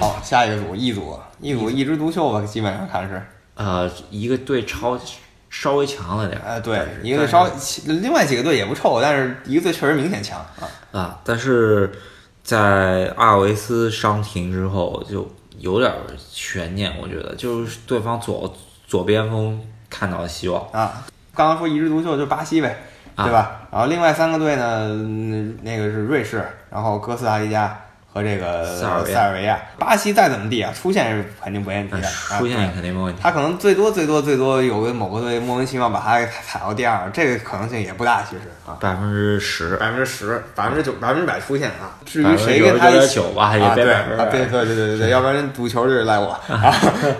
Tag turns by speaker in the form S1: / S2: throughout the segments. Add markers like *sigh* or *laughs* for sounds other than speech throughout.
S1: 好，下一个组 E 组，E 组一枝独秀吧，基本上看是。
S2: 呃，一个队超稍微强了点儿
S1: 呃，对，一
S2: 但
S1: 个队
S2: 是
S1: 稍微，其另外几个队也不臭，但是一个队确实明显强啊。
S2: 啊，但是在阿尔维斯伤停之后，就有点儿悬念，我觉得就是对方左左边锋看到了希望，
S1: 啊，刚刚说一枝独秀就巴西呗，对吧？然后另外三个队呢，嗯那个是瑞士，然后哥斯达黎加和这个
S2: 塞尔维亚
S1: 塞尔维亚。巴西再怎么地啊，出线是肯定不愿意踢
S2: 但
S1: 的，啊
S2: 呃出现肯定没问题。
S1: 他可能最多最多最多有个某个队莫名其妙把他给踩到第二，这个可能性也不大，其实啊。
S2: 百分之十，
S1: 百分之十、百分之九、百分之百出现啊！至
S2: 百
S1: 于
S2: 分之
S1: 谁
S2: 九十
S1: 跟他
S2: 九
S1: 一
S2: 点
S1: 起，
S2: 九吧，也
S1: 啊，
S2: 别
S1: 对
S2: 百分
S1: 啊，对
S2: 之百。
S1: 对对对对，要不然赌球就是赖
S2: *laughs*
S1: 我。啊，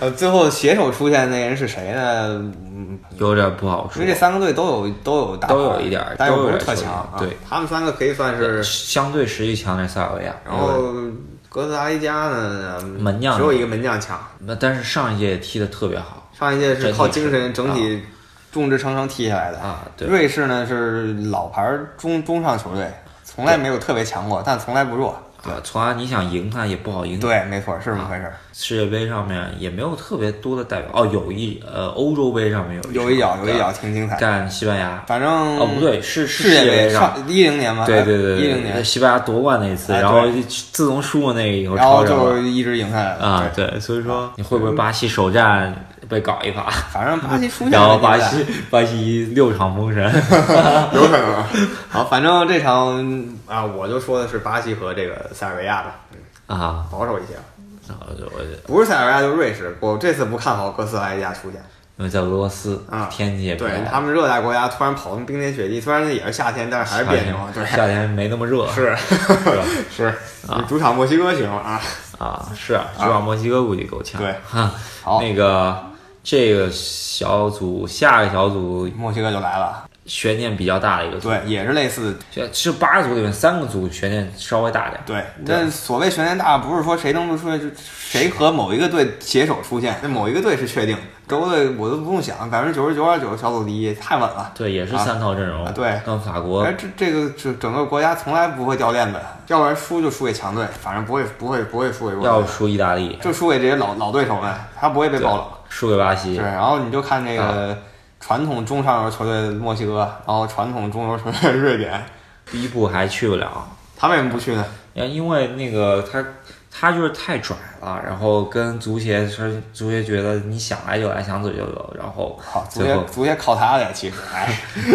S1: 呃最后携手出现的那人是谁呢？嗯，
S2: 有点不好
S1: 因
S2: 说
S1: 为。这三个队都有都有大牌
S2: 都有一点儿
S1: 但又不
S2: 都有
S1: 是
S2: 点
S1: 特
S2: 球
S1: 强
S2: 员
S1: 啊。
S2: 对，
S1: 他们三个可以算是，
S2: 呃相对实力强的塞尔维亚，
S1: 然后格斯达黎加呢，
S2: 门将
S1: 只有一个门将强。
S2: 那但是上一届也踢得特别好
S1: 上一届是靠精神
S2: 整
S1: 整
S2: 体是
S1: 体众志成城踢下来的。
S2: 啊，对，
S1: 瑞士呢是老牌儿中中上球队，从来没有特别强过，但从来不弱。
S2: 啊，从来你想赢他也不好赢。
S1: 对，没错，是这么回事儿。
S2: 世界杯上面也没有特别多的代表，哦，有一呃，欧洲杯上面有
S1: 有一脚，有一
S2: 对
S1: 脚，挺精彩。
S2: 干西班牙，
S1: 反正
S2: 哦不对，是是
S1: 世界杯
S2: 杯上，
S1: 上一零年嘛，
S2: 对对对，
S1: 啊一
S2: 对
S1: 零年，
S2: 西班牙夺冠那一次，
S1: 哎
S2: 然后
S1: 对
S2: 自从输过那个以后，
S1: 然后
S2: 超人
S1: 就
S2: 了
S1: 一直赢下来了
S2: 啊，
S1: 对
S2: 对，所以说你会不会巴西首战被搞一发，
S1: 反正巴西出现
S2: *laughs* 然
S1: 了
S2: 后巴
S1: 现在
S2: 西巴西六场封神， *laughs*
S1: 有可能。 *laughs* 好，反正这场 *laughs* 啊，我就说的是巴西和这个塞尔维亚吧，
S2: 啊，
S1: 保守一些吧，
S2: 然后就我就
S1: 不是塞尔维亚就是瑞士。我这次不看好哥斯达黎加出现，
S2: 因为在俄罗斯
S1: 啊
S2: 天气也不
S1: 对
S2: 太
S1: 他们热带国家突然跑成冰天雪地，虽然也是夏天，但是还是别扭啊。对， *laughs*
S2: 夏天啊没那么热，
S1: 是
S2: 吧
S1: 是，主场墨西哥行啊。
S2: 啊，是啊，主场墨西哥估计够呛。
S1: 对
S2: 哈，
S1: 好
S2: 那个这个小组下个小组
S1: 墨西哥就来了，
S2: 悬念比较大的一个组，
S1: 对，也是类似
S2: 对，其实八个组里面三个组悬念稍微大点。
S1: 对，那所谓悬念大，不是说谁能出现，就谁和某一个队携手出现，那某一个队是确定的，周围队我都不用想，百分之九十九点九小组第一，太稳了。
S2: 对，也是
S1: 啊
S2: 三套阵容，
S1: 啊对
S2: 跟法国
S1: 哎，这这个整整个国家从来不会掉链子，要不然输就输给强队，反正不会不会不会输给弱
S2: 要
S1: 队，
S2: 输意大利，
S1: 就输给这些老老对手们，他不会被
S2: 对
S1: 爆冷。
S2: 输给巴
S1: 是，
S2: 西，
S1: 然后你就看这个传统中上游球队墨西哥，然后传统中游球队瑞典，
S2: 第一步还去不了，
S1: 他为什么不去呢？
S2: 因为因为那个他他就是太拽了，然后跟足协说，足协觉得你想来就来，想走就走，然后
S1: 好，足
S2: 最
S1: 协
S2: 后
S1: 足协靠他的，其实，哎， *laughs*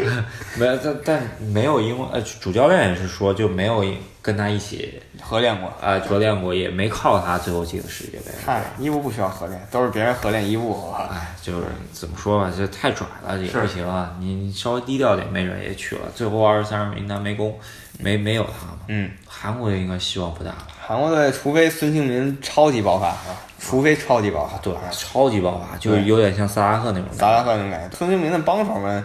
S2: 没有，但但没有因为呃主主教练也是说就没有跟他一起
S1: 合练过。
S2: 啊，卓练过也没靠他最后进的世界杯。
S1: 看，伊布不需要合练，都是别人合练啊伊布。
S2: 哎，就是怎么说吧，这太拽了也不行啊！你稍微低调点，没准也去了。最后二十三名单没攻，没没有他嘛。
S1: 嗯，
S2: 韩国应该希望不大吧？
S1: 韩国队除非孙兴民超级爆发啊，除非超级爆发，
S2: 对，超级爆发，就是有点像萨拉赫那种感觉。
S1: 萨拉赫那种感觉。孙兴民的帮手们，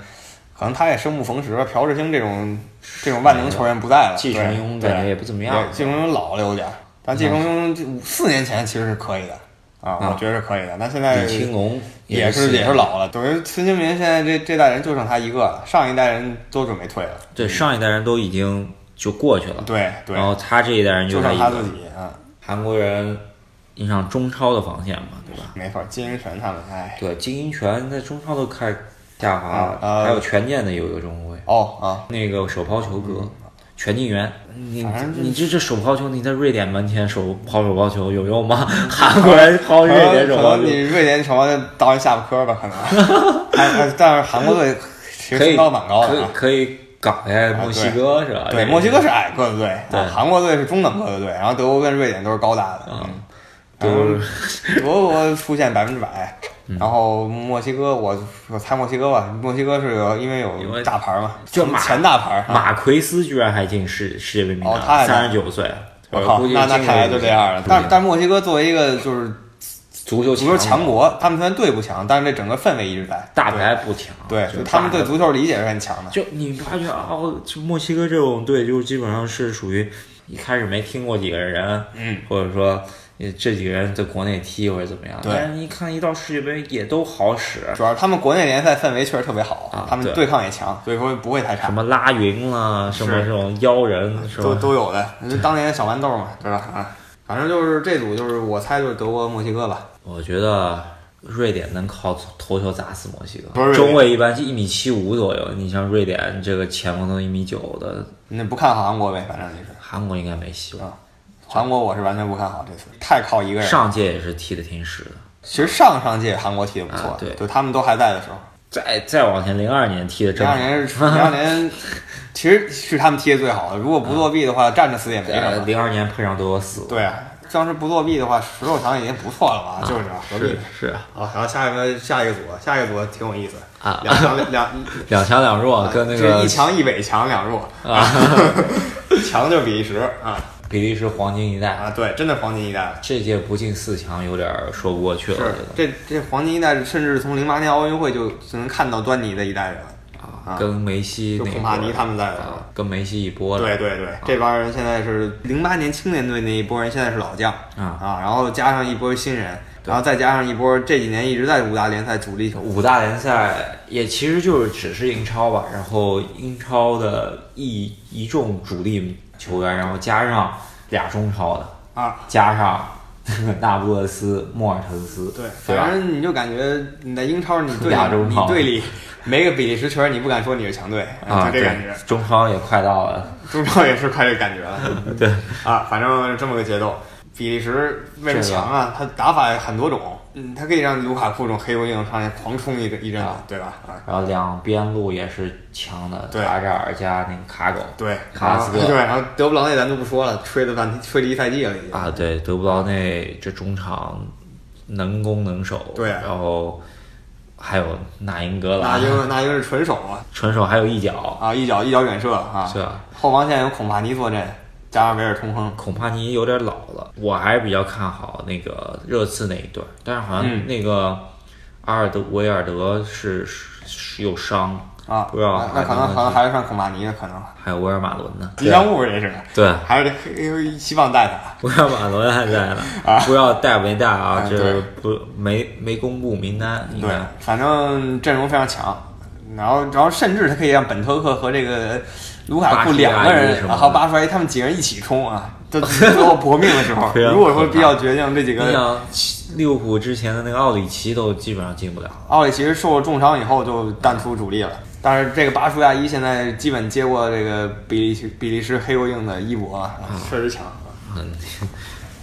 S1: 可能他也生不逢时吧。朴智星这种这种万能球员不在了，
S2: 季承庸
S1: 对
S2: 感觉也不怎么样
S1: 对季承庸老了有点儿，但季承庸这五四年前其实是可以的啊，我觉得是可以的。但现在
S2: 李青龙
S1: 也是
S2: 是
S1: 也是老了，等于孙兴民现在这这代人就剩他一个了，上一代人都准备退了。
S2: 对上一代人都已经就过去了，
S1: 对对
S2: 然，后他这一代人
S1: 就
S2: 他
S1: 剩
S2: 一
S1: 他自
S2: 个
S1: 己啊，
S2: 韩国人，印上中超的防线嘛，对吧？
S1: 没错，金英权他们哎
S2: 对，金英权在中超都开始下滑了，
S1: 啊呃
S2: 还有权健的有一个中国。
S1: 哦啊，
S2: 那个手抛球哥，全进员，你
S1: 嗯反正
S2: 你这这手抛球，你在瑞典门前手抛手抛球有
S1: *laughs*
S2: 用吗？韩国人抛瑞典手
S1: 可
S2: 抛
S1: 能
S2: 球，
S1: 你瑞典什么当人下巴颏吧，可能。
S2: *laughs*
S1: 哎，哎但是韩国队其实
S2: 可以
S1: 身高蛮高
S2: 可以
S1: 的啊。啊
S2: 可以搞一下墨西哥是吧？
S1: 对，墨西哥是矮个子队，
S2: 对
S1: 韩国队是中等个子队，然后德国跟瑞典都是高大的。嗯，
S2: 对
S1: 嗯德国出现百分之百，
S2: 嗯
S1: 然后墨西哥，我我猜墨西哥吧，墨西哥是有因为
S2: 因
S1: 有
S2: 为
S1: 大牌嘛，
S2: 就
S1: 前
S2: 马
S1: 前大牌啊。
S2: 马奎斯居然还进世世界杯名
S1: 哦他还
S2: 单，三十九岁，
S1: 我靠，
S2: 估计
S1: 那那
S2: 进
S1: 看来就这样了。但但墨西哥作为一个就是
S2: 足球
S1: 足球
S2: 强
S1: 强国，他们虽然队不强，但是这整个氛围一直在。
S2: 大牌不强，
S1: 对，
S2: 就
S1: 就是他们
S2: 大
S1: 对
S2: 牌
S1: 足球理解是很强的。
S2: 就你发觉哦，就墨西哥这种队，就基本上是属于一开始没听过几个人，
S1: 嗯，
S2: 或者说也这几个人在国内踢或者怎么样，
S1: 对
S2: 但是一看一到世界杯也都好使，
S1: 主要是他们国内联赛氛围确实特别好，
S2: 啊
S1: 他们
S2: 对
S1: 对抗也强，所以说不会太差
S2: 什，么拉云啦，什么
S1: 是嗯
S2: 这种妖人是
S1: 都
S2: 吧？
S1: 都有的。那就当年的小豌豆嘛，对吧？啊，反正就是这组就是我猜就是德国、墨西哥吧。
S2: 我觉得瑞典能靠头球砸死墨西
S1: 不是瑞典
S2: 哥，中卫一般是一米七五左右，你像瑞典这个前锋都一米九的，
S1: 那不看好韩国呗，反正就是
S2: 韩国应该没希望。
S1: 啊，韩国我是完全不看好这次，太靠一个人。
S2: 上届也是踢的挺屎的，
S1: 其实上上届韩国踢的不错
S2: 啊，对
S1: 就他们都还在的时候，
S2: 再再往前零二年踢的
S1: 零
S2: 真
S1: 二
S2: 好。
S1: 年是零二年，其实是他们踢的最好的。如果不作弊的话，站着死也没什么。
S2: 零二年碰上德国死，
S1: 对啊，当时不作弊的话，十六强已经不错了吧？就是啊这样何必
S2: 啊是
S1: 呢？
S2: 是
S1: 好，然后下一个下一个组，下一个组挺有意思
S2: 啊
S1: 两强
S2: *laughs*
S1: 两两
S2: 两强两弱，跟那
S1: 啊这
S2: 个
S1: 一强一北强两弱啊， *laughs* 强就是比利时啊
S2: 比利时黄金一代，
S1: 啊，对，真的黄金一代。
S2: 这届不进四强有点儿说不过去了，我
S1: 是
S2: 觉得。
S1: 这这黄金一代，甚至从零八年奥运会就就能看到端倪的一代人，啊
S2: 跟梅西
S1: 就
S2: 那
S1: 孔
S2: 一
S1: 帕
S2: 波
S1: 尼
S2: 的
S1: 他们在的时候
S2: 啊，跟梅西一波了。
S1: 对对对，这帮人现在是零八年青年队那一波人，现在是老将
S2: 啊
S1: 然后加上一波新人，然后再加上一波这几年一直在五大联赛主力球
S2: 五大联赛也其实就是只是英超吧，然后英超的一一众主力球员，然后加上俩中超的，
S1: 啊，
S2: 加上 *laughs* 那不勒斯、莫尔滕斯，
S1: 对，反
S2: 对吧？
S1: 正你就感觉你在英超，你队
S2: 亚洲
S1: 里
S2: 超
S1: 你队里没个比利时球员，你不敢说你是强队，
S2: 啊，
S1: 就
S2: 对
S1: 这感觉。，
S2: 中超也快到了，
S1: 中超也是快这感觉了
S2: *laughs* 对
S1: 啊，反正这么个节奏。比利时为什么强啊？他打法很多种，嗯，他可以让卢卡库这种黑油硬上去狂冲一阵一阵子，对吧？啊，
S2: 然后两边路也是强的，
S1: 对
S2: 阿扎尔加那个卡狗，
S1: 对，
S2: 卡拉斯
S1: 然后对，
S2: 克
S1: 然后德布劳内咱就不说了，吹了半天，吹了一赛季了已经。
S2: 啊，对，德布劳内这中场能攻能守，
S1: 对
S2: 然后还有那英格
S1: 那
S2: 兰，
S1: 英那英是纯手啊，
S2: 纯手还有一脚，
S1: 啊，一脚一脚远射啊
S2: 是，啊，
S1: 后防线有孔帕尼坐镇，加上维尔通亨，
S2: 恐怕你有点老了。我还是比较看好那个热刺那一段，但是好像
S1: 嗯
S2: 那个阿尔德维尔德是是是有伤，
S1: 啊，
S2: 不知道
S1: 那那可能
S2: 还能
S1: 可能还是上孔帕尼的可能，
S2: 还有维尔马伦呢。
S1: 吉祥物这是，
S2: 对，
S1: 还是得希望带他。
S2: *laughs* 维尔马伦还在呢，不知道带没带啊？
S1: 啊
S2: 这
S1: 对
S2: 不没没公布名单，应
S1: 对
S2: 该，
S1: 反正阵容非常强，然后然后甚至他可以让本特克和这个卢卡库
S2: 巴西亚
S1: 两个
S2: 什
S1: 人，
S2: 么的，
S1: 啊还有巴帅他们几个人一起冲啊，这最后搏命的时候
S2: 非常
S1: 如果说比较决定这几
S2: 你
S1: 个。
S2: 想利物浦之前的那个奥里奇都基本上进不了，
S1: 奥里奇实受了重伤以后就淡出主力了，但是这个巴舒亚伊现在基本接过这个比利时比利时黑油硬的衣钵啊，确实强。 *laughs*
S2: 嗯，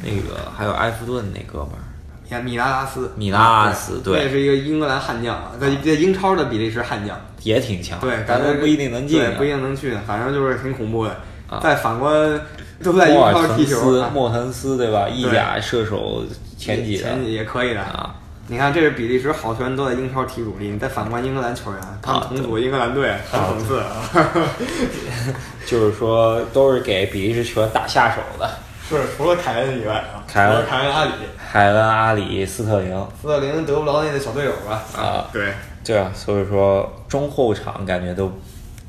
S2: 那个还有埃弗顿那哥们儿，
S1: 米米拉拉斯，
S2: 米拉拉斯
S1: 这也
S2: 对
S1: 是一个英格兰悍将啊，在在英超的比利时悍将。
S2: 也挺强，
S1: 对，感
S2: 但
S1: 觉
S2: 是啊不一定能进啊，
S1: 对，不一定能进，反正就是挺恐怖的
S2: 啊。
S1: 再反观都在英
S2: 莫尔
S1: 超
S2: 滕
S1: 踢球
S2: 斯
S1: 啊，
S2: 莫滕斯对吧？意甲射手前几的
S1: 前几也可以的。
S2: 啊，
S1: 你看，这是比利时好球员都在英超踢主力，你再反观英格兰球员，他们
S2: 啊
S1: 同组英格兰队很讽刺啊。 *laughs*
S2: 就是说都是给比利时球员打下手的。
S1: 是，除了凯恩以外啊，
S2: 凯恩
S1: 除了凯恩、阿里、
S2: 海恩、阿里、斯特林
S1: 斯特林、德布劳内的小队友吧。
S2: 啊，
S1: 对，
S2: 对啊，所以说中后场感觉都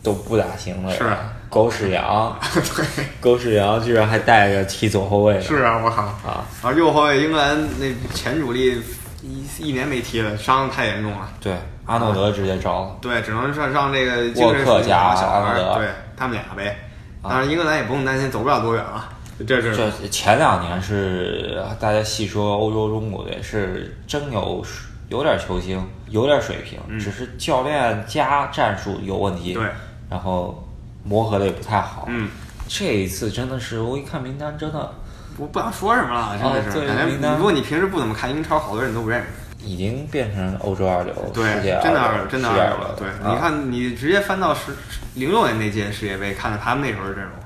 S2: 都不咋行了。
S1: 是啊
S2: 狗屎羊，
S1: *laughs* 对，
S2: 狗屎羊居然还带着踢左后卫呢
S1: 是啊，我靠。
S2: 啊，
S1: 啊，右后卫英格兰那前主力一一年没踢了，伤得太严重了。
S2: 对，阿诺德直接招了。
S1: 对，只能让让这个精神属于
S2: 沃克加
S1: 俩小孩
S2: 阿
S1: 儿，
S2: 德啊
S1: 对他们俩呗。当然，英格兰也不用担心，走不了多远啊。这是
S2: 这前两年是大家细说欧洲中国队是真有有点球星，有点水平，只是教练加战术有问题，
S1: 嗯对，
S2: 然后磨合的也不太好。
S1: 嗯，
S2: 这一次真的是我一看名单，真的
S1: 我不想说什么了，真的
S2: 哦
S1: 是。
S2: 对
S1: 感
S2: 名
S1: 觉
S2: 单
S1: 如果你平时不怎么看英超，好多人都不认识。
S2: 已经变成欧洲二流，
S1: 对
S2: 哦世界，
S1: 真的
S2: 二
S1: 二
S2: 流，
S1: 流，真的
S2: 世
S1: 二
S2: 界
S1: 流了。对，你
S2: 啊
S1: 看，你直接翻到十零六年那届世界杯，看看他们那时候的阵容，
S2: 啊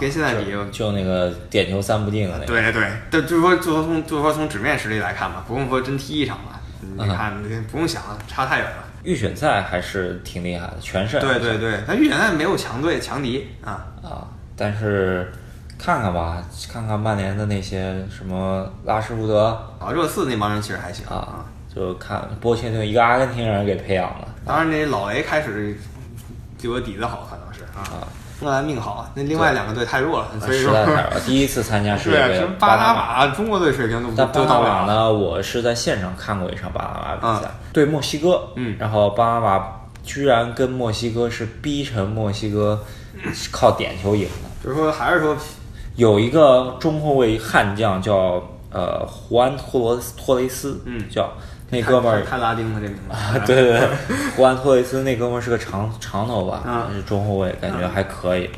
S1: 跟现在比，
S2: 就那个点球三不进的那个，
S1: 对对，但就是说，就说从就说从纸面实力来看吧，不用说真踢一场吧，你
S2: 嗯
S1: 看不用想，差太远了。
S2: *laughs* 预选赛还是挺厉害的，全胜。
S1: 对对对，但预选赛没有强队强敌啊。
S2: 啊，但是看看吧，看看曼联的那些什么拉什福德
S1: 啊，热刺那帮人其实还行
S2: 啊，就看波切蒂诺一个阿根廷人给培养的，
S1: 当然，那老雷开始就有底子好，可能是啊。英格兰命好，那另外两个队太弱了，所以
S2: 实
S1: 说
S2: 在太我第一次参加世界
S1: *laughs* 对，
S2: 杯
S1: 什么，巴
S2: 巴拿
S1: 拿马，
S2: 马。
S1: 中国队水平都
S2: 但巴
S1: 都
S2: 拿
S1: 到不
S2: 马
S1: 了。
S2: 呢，我是在现场看过一场巴拿马比赛，啊对墨西哥，
S1: 嗯
S2: 然后巴拿马居然跟墨西哥是逼成墨西哥靠点球赢的。
S1: 就是说，还是说
S2: 有一个中后卫悍将叫呃胡安托罗托雷斯，
S1: 嗯
S2: 叫那哥们儿
S1: 太太拉丁了这名字。
S2: *laughs* 对对，对，胡安托雷斯那哥们儿是个长长头发，
S1: 嗯
S2: 是中后卫，感觉还可以。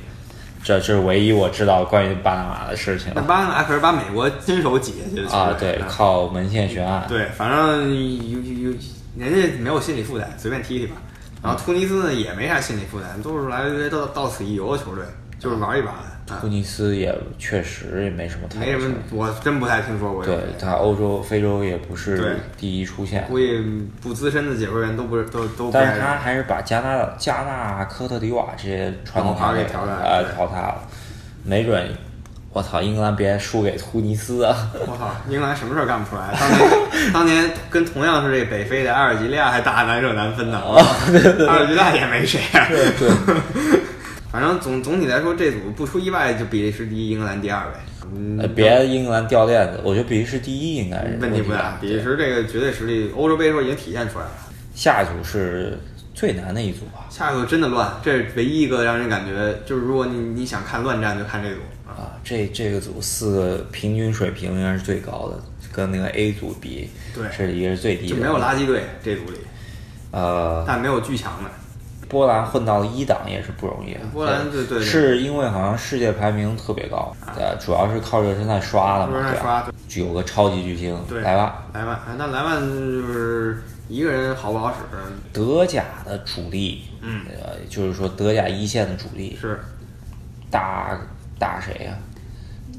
S2: 这这是唯一我知道关于巴拿马的事情
S1: 那巴拿马哎可是把美国亲手挤下去的球队
S2: 啊。对，靠门线悬案。
S1: 对，反正有有有人家没有心理负担，随便踢踢吧。然后突尼斯呢也没啥心理负担，都是来到到此一游的球队，就是玩一把的，啊
S2: 突尼斯也确实也没什么太
S1: 没什么，我真不太听说过。
S2: 对他欧洲、非洲也不
S1: 对
S2: 是第一出现，
S1: 估计不资深的解说员都不都都不
S2: 但是
S1: 太
S2: 他还是把加拿大、加纳、科特迪瓦这些传统
S1: 老牌
S2: 强
S1: 给
S2: 队
S1: 淘汰了
S2: 啊
S1: 对
S2: 淘汰了，没准我操英格兰别输给突尼斯
S1: *laughs*
S2: 啊！
S1: 我操，英格兰什么事儿干不出来？当年当年跟同样是这北非的阿尔及利亚还大难舍难分呢。阿尔及利亚也没谁、啊。
S2: 对，
S1: *laughs* 反正总总体来说，这组不出意外就比利时第一，英格兰第二呗。嗯
S2: 呃，别英格兰掉链子，我觉得比利时第一应该是
S1: 哎问题不大。比利时这个绝对实力，欧洲杯的时候已经体现出来了。
S2: 下一组是最难的一组吧？
S1: 下一个真的乱，这是唯一一个让人感觉就是，如果你你想看乱战，就看这组。
S2: 啊，这这个组四个平均水平应该是最高的，跟那个 A 组比，
S1: 对
S2: 是一个是最低
S1: 就
S2: 的。
S1: 没有垃圾队这组里，
S2: 呃，
S1: 但没有巨强的。
S2: 波兰混到了一档也是不容易。
S1: 波兰对对对
S2: 是因为好像世界排名特别高，呃，主要是靠热身赛刷的嘛，
S1: 热身赛
S2: 对吧
S1: 刷啊对
S2: 就有个超级巨星
S1: 对，
S2: 莱万。
S1: 莱万，哎那莱万就是一个人好不好使？
S2: 德甲的主力，嗯，呃，就是说德甲一线的主力
S1: 是，
S2: 打打谁呀、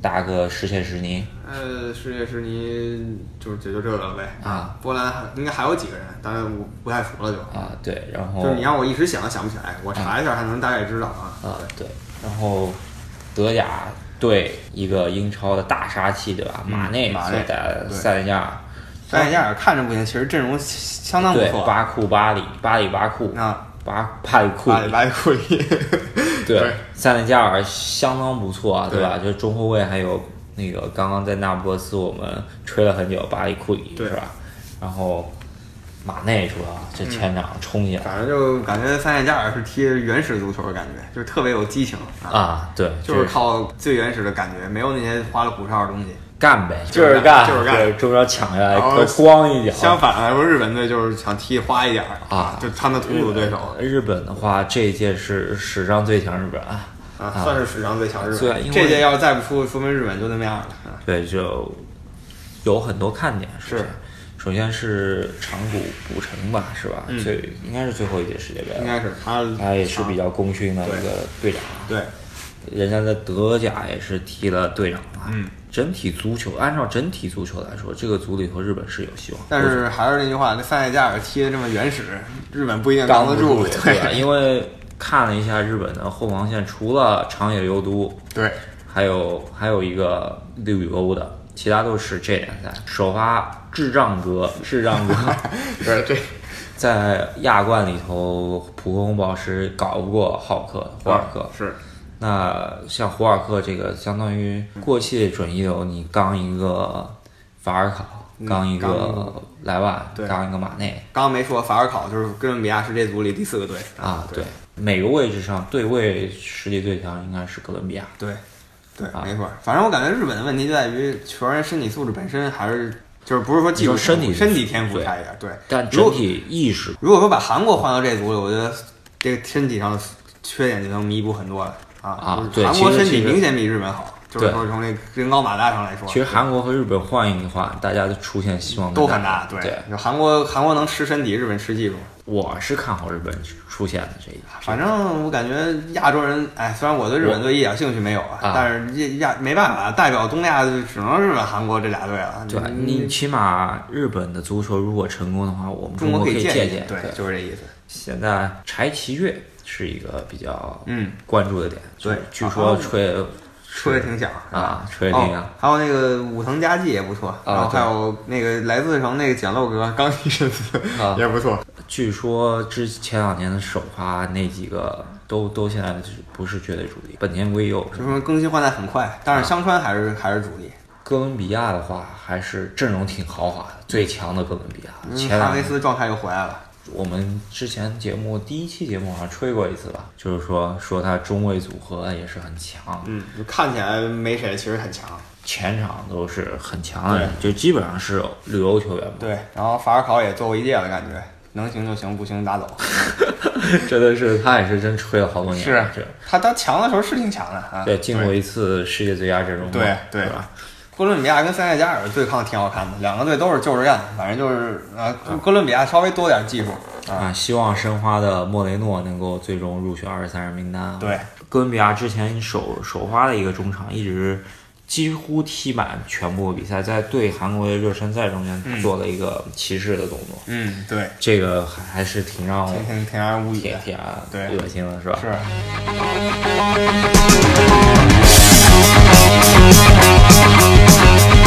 S2: 打个十切十尼，
S1: 呃，世界是你就是也就这个了呗。
S2: 啊，
S1: 波兰还应该还有几个人，当然我不太熟了就。
S2: 啊，对，然后
S1: 就是你让我一时想想不起来，我查一下还能大概知道啊。
S2: 啊，对，然后德甲对一个英超的大杀器，对吧？马内
S1: 嗯马
S2: 所
S1: 内
S2: 在
S1: 对
S2: 塞内加尔，
S1: 塞内加尔看着不行，其实阵容相当不
S2: 对
S1: 错。
S2: 巴库巴里巴里巴库
S1: 啊，
S2: 巴帕里库里
S1: 巴里巴里库里，
S2: 对，塞内加尔相当不错啊，对
S1: 对
S2: 吧？就中后卫还有那个刚刚在那不勒斯我们吹了很久巴里库里
S1: 对
S2: 是吧？然后马内主要这前场冲起来、
S1: *laughs* 反正就感觉塞内加尔是踢原始足球的感觉，就是特别有激情啊，
S2: 啊，对，
S1: 就是靠最原始的感觉，没有那些花里胡哨的东西。
S2: 干呗，
S1: 就是
S2: 是
S1: 干
S2: 干，
S1: 就是干
S2: 对中央抢下来
S1: 然后
S2: 都咣一脚，
S1: 相反来说，日本队就是想踢花一点儿
S2: 啊
S1: 就他们的同组对手
S2: 日本的话，这一届是史上最强日本啊！
S1: 啊，算是史上最强日
S2: 对因
S1: 本。
S2: 为
S1: 这届要是再不出，说明日本就那么样了。啊
S2: 对，就有很多看点。首
S1: 是
S2: 先，首先是长谷补成吧，是吧？
S1: 嗯
S2: 最应该是最后一届世界杯
S1: 应
S2: 了，
S1: 该是他，
S2: 他也是比较功勋的一个队长。
S1: 对，
S2: 人家在德甲也是踢了队长嘛。嗯，整体足球按照整体足球来说，这个组里头日本是有希望。
S1: 但是还是那句话，那塞内加尔踢的这么原始，日本不一定
S2: 刚
S1: 扛
S2: 不
S1: 得住。
S2: 对吧，
S1: 对
S2: 因为看了一下日本的后防线，除了长野优都，
S1: *laughs* 对，
S2: 还有还有一个绿与欧的，其他都是这联赛。首发智障
S1: *laughs*
S2: 哥，智障哥
S1: 对对，
S2: 在亚冠里头，普空宝石搞不过浩克、胡尔克。
S1: 是
S2: 那像胡尔克这个，相当于过气的准一流，你刚一个法尔考，刚
S1: 嗯刚
S2: 一
S1: 一
S2: 个莱万，
S1: 对
S2: 刚一个马内
S1: 刚刚没说法尔考就是哥伦比亚是这组里第四个队
S2: 啊，对，每个位置上对位实力最强应该是哥伦比亚。
S1: 对，对，
S2: 啊
S1: 没错儿。反正我感觉日本的问题就在于球员身体素质本身还是，就是不是说技术
S2: 你说身
S1: 天赋
S2: 体
S1: 身体天赋
S2: 对
S1: 差一点儿。对，
S2: 但
S1: 如
S2: 整
S1: 果
S2: 体意识
S1: 如果说把韩国换到这组里，我觉得这个身体上的缺点就能弥补很多了啊。
S2: 啊
S1: 就是
S2: 对
S1: 韩
S2: 其
S1: 国
S2: 实
S1: 身
S2: 其
S1: 体
S2: 实
S1: 明显比日本好，就是
S2: 对
S1: 说从这人高马大上来说，
S2: 其实韩国和日本换一换，大家的出现希望
S1: 都
S2: 很
S1: 很大。对，
S2: 对，
S1: 就韩国韩国能吃身体，日本吃技术。
S2: 我是看好日本出现的这一趴。
S1: 反正我感觉亚洲人，哎，虽然我对日本队一点兴趣没有啊
S2: 啊，
S1: 但是亚亚没办法，代表东亚就只能日本、韩国这俩队了。
S2: 对吧？
S1: 你
S2: 你起码日本的足球如果成功的话，我们
S1: 中
S2: 国
S1: 国可
S2: 以
S1: 以
S2: 借
S1: 鉴，
S2: 对，
S1: 就是这意思。
S2: 现在柴崎岳是一个比较
S1: 嗯
S2: 关注的点，
S1: 对
S2: 就是据
S1: 啊
S2: 说吹
S1: 吹的挺响
S2: 啊吹挺响
S1: 哦，还有那个武藤啊佳纪也不错，然后还有那个来自城那个简陋哥钢琴神父
S2: 啊
S1: 也不错。
S2: 据说之前两年的首发那几个都都现在是不是绝对主力，本田圭佑是吧
S1: 就说更新换代很快，但是香川还是还是主力，
S2: 哥伦比亚的话还是阵容挺豪华的，最强的哥伦比亚。
S1: 因为嗯
S2: 前
S1: 哈
S2: 两
S1: 维
S2: 年
S1: 斯状态又回来了。
S2: 我们之前节目第一期节目好像吹过一次吧，就是说说他中卫组合也是很强，
S1: 嗯，就看起来没谁，其实很强。
S2: 前场都是很强的人，就基本上是旅游球员嘛。
S1: 对，然后法尔考也做过一届了，感觉能行就行，不行打走。
S2: *laughs* 真的是他也是真吹了好多年
S1: 是啊
S2: 了，这
S1: 他他强的时候是挺强的啊。
S2: 对进过一次世界最佳阵容嘛，
S1: 对对
S2: 对吧？
S1: 哥伦比亚跟塞内加尔的对抗挺好看的，两个队都是就着干，反正就是呃，哥伦比亚稍微多点技术，
S2: 啊，希望申花的莫雷诺能够最终入选二十三人名单啊。
S1: 对，
S2: 哥伦比亚之前首首发的一个中场一直几乎踢满全部比赛，在对韩国的热身赛中间做了一个骑士的动作，
S1: 嗯，对，
S2: 这个还还是挺让我
S1: 挺挺挺让人无语
S2: 挺
S1: 的。
S2: 挺
S1: 对
S2: 恶心的，是吧？
S1: 是，
S3: Thank